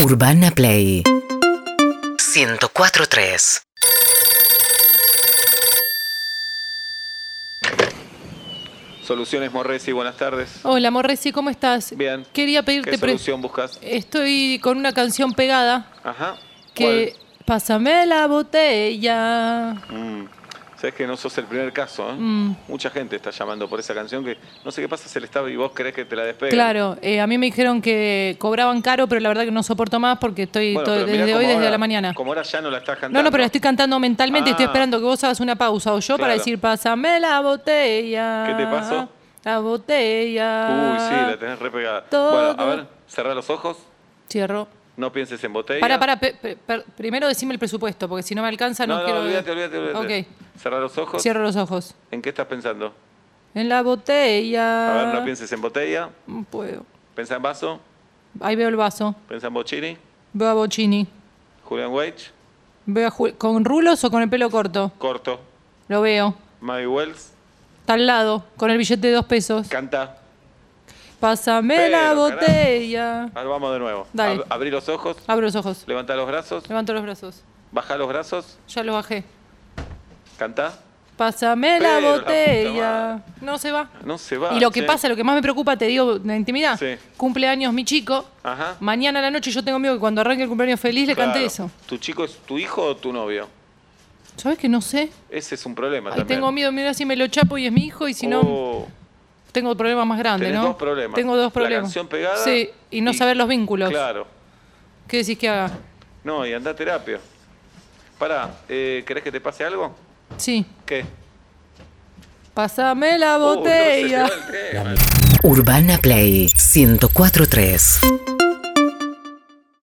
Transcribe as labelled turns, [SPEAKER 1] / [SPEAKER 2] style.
[SPEAKER 1] Urbana Play 104.3
[SPEAKER 2] Soluciones Morresi, buenas tardes.
[SPEAKER 3] Hola, Morresi, ¿cómo estás?
[SPEAKER 2] Bien.
[SPEAKER 3] Quería pedirte...
[SPEAKER 2] ¿Qué
[SPEAKER 3] pre-
[SPEAKER 2] solución buscas?
[SPEAKER 3] Estoy con una canción pegada
[SPEAKER 2] Ajá.
[SPEAKER 3] que... Pásame la botella.
[SPEAKER 2] ¿Cuál? Mm. Sabes que no sos el primer caso, ¿eh?
[SPEAKER 3] Mm.
[SPEAKER 2] Mucha gente está llamando por esa canción que no sé qué pasa, se le está y vos querés que te la despegue.
[SPEAKER 3] Claro, eh, a mí me dijeron que cobraban caro, pero la verdad que no soporto más porque estoy todo- desde hoy, desde la mañana.
[SPEAKER 2] Como ahora ya no la estás cantando.
[SPEAKER 3] No, no, pero la estoy cantando mentalmente y estoy
[SPEAKER 2] Ah.
[SPEAKER 3] esperando que vos hagas una pausa o yo para
[SPEAKER 2] Claro.
[SPEAKER 3] decir, pásame la botella.
[SPEAKER 2] ¿Qué te pasó?
[SPEAKER 3] La botella.
[SPEAKER 2] Uy, sí, la tenés re pegada.
[SPEAKER 3] Todo.
[SPEAKER 2] Bueno, a ver, cerrá los ojos,
[SPEAKER 3] Cierro.
[SPEAKER 2] no pienses en botella.
[SPEAKER 3] Para, para, primero decime el presupuesto, porque si no me alcanza no,
[SPEAKER 2] No, no,
[SPEAKER 3] quiero...
[SPEAKER 2] olvídate, olvídate, olvídate.
[SPEAKER 3] Ok,
[SPEAKER 2] Cerrá los ojos.
[SPEAKER 3] cierro los ojos.
[SPEAKER 2] ¿En qué estás pensando?
[SPEAKER 3] En la botella.
[SPEAKER 2] A ver, no pienses en botella.
[SPEAKER 3] No puedo.
[SPEAKER 2] Pensá en vaso,
[SPEAKER 3] Ahí veo el vaso.
[SPEAKER 2] pensá en Bocini,
[SPEAKER 3] Veo a Bocini.
[SPEAKER 2] Julian Wage,
[SPEAKER 3] Veo a Ju- ¿Con rulos o con el pelo corto?
[SPEAKER 2] corto.
[SPEAKER 3] Lo veo.
[SPEAKER 2] Mavi Wells
[SPEAKER 3] Está al lado, con el billete de dos pesos.
[SPEAKER 2] canta.
[SPEAKER 3] Pásame
[SPEAKER 2] Pero,
[SPEAKER 3] la
[SPEAKER 2] carajo.
[SPEAKER 3] botella.
[SPEAKER 2] Ahora vamos de nuevo.
[SPEAKER 3] Dale.
[SPEAKER 2] Ab- abrí los ojos,
[SPEAKER 3] Abro los ojos.
[SPEAKER 2] levanta los brazos,
[SPEAKER 3] Levanto los brazos.
[SPEAKER 2] baja los brazos,
[SPEAKER 3] Ya los bajé.
[SPEAKER 2] canta.
[SPEAKER 3] Pásame
[SPEAKER 2] Pero, la
[SPEAKER 3] la
[SPEAKER 2] puta
[SPEAKER 3] botella. No se va.
[SPEAKER 2] No se va.
[SPEAKER 3] y lo que
[SPEAKER 2] che.
[SPEAKER 3] pasa, lo que más me preocupa, te digo, en la intimidad.
[SPEAKER 2] Sí.
[SPEAKER 3] Cumpleaños mi chico.
[SPEAKER 2] Ajá.
[SPEAKER 3] Mañana a la noche yo tengo miedo que cuando arranque el cumpleaños feliz le
[SPEAKER 2] Claro.
[SPEAKER 3] cante eso.
[SPEAKER 2] ¿Tu chico es tu hijo o tu novio?
[SPEAKER 3] ¿Sabes que no sé?
[SPEAKER 2] Ese es un problema
[SPEAKER 3] Ay,
[SPEAKER 2] Ah, también.
[SPEAKER 3] tengo miedo, mira si me lo chapo y es mi hijo y si no
[SPEAKER 2] Oh,
[SPEAKER 3] tengo problemas más grandes,
[SPEAKER 2] tenés
[SPEAKER 3] ¿no?
[SPEAKER 2] dos problemas.
[SPEAKER 3] Tengo dos problemas.
[SPEAKER 2] La canción pegada.
[SPEAKER 3] Sí, y no saber los vínculos.
[SPEAKER 2] Claro.
[SPEAKER 3] ¿Qué decís que haga?
[SPEAKER 2] No, y anda a terapia. Pará, eh, ¿querés que te pase algo?
[SPEAKER 3] Sí.
[SPEAKER 2] ¿Qué?
[SPEAKER 3] Pásame la
[SPEAKER 2] Oh, no se te
[SPEAKER 3] botella.
[SPEAKER 2] va el tema.
[SPEAKER 1] Urbana Play 104.3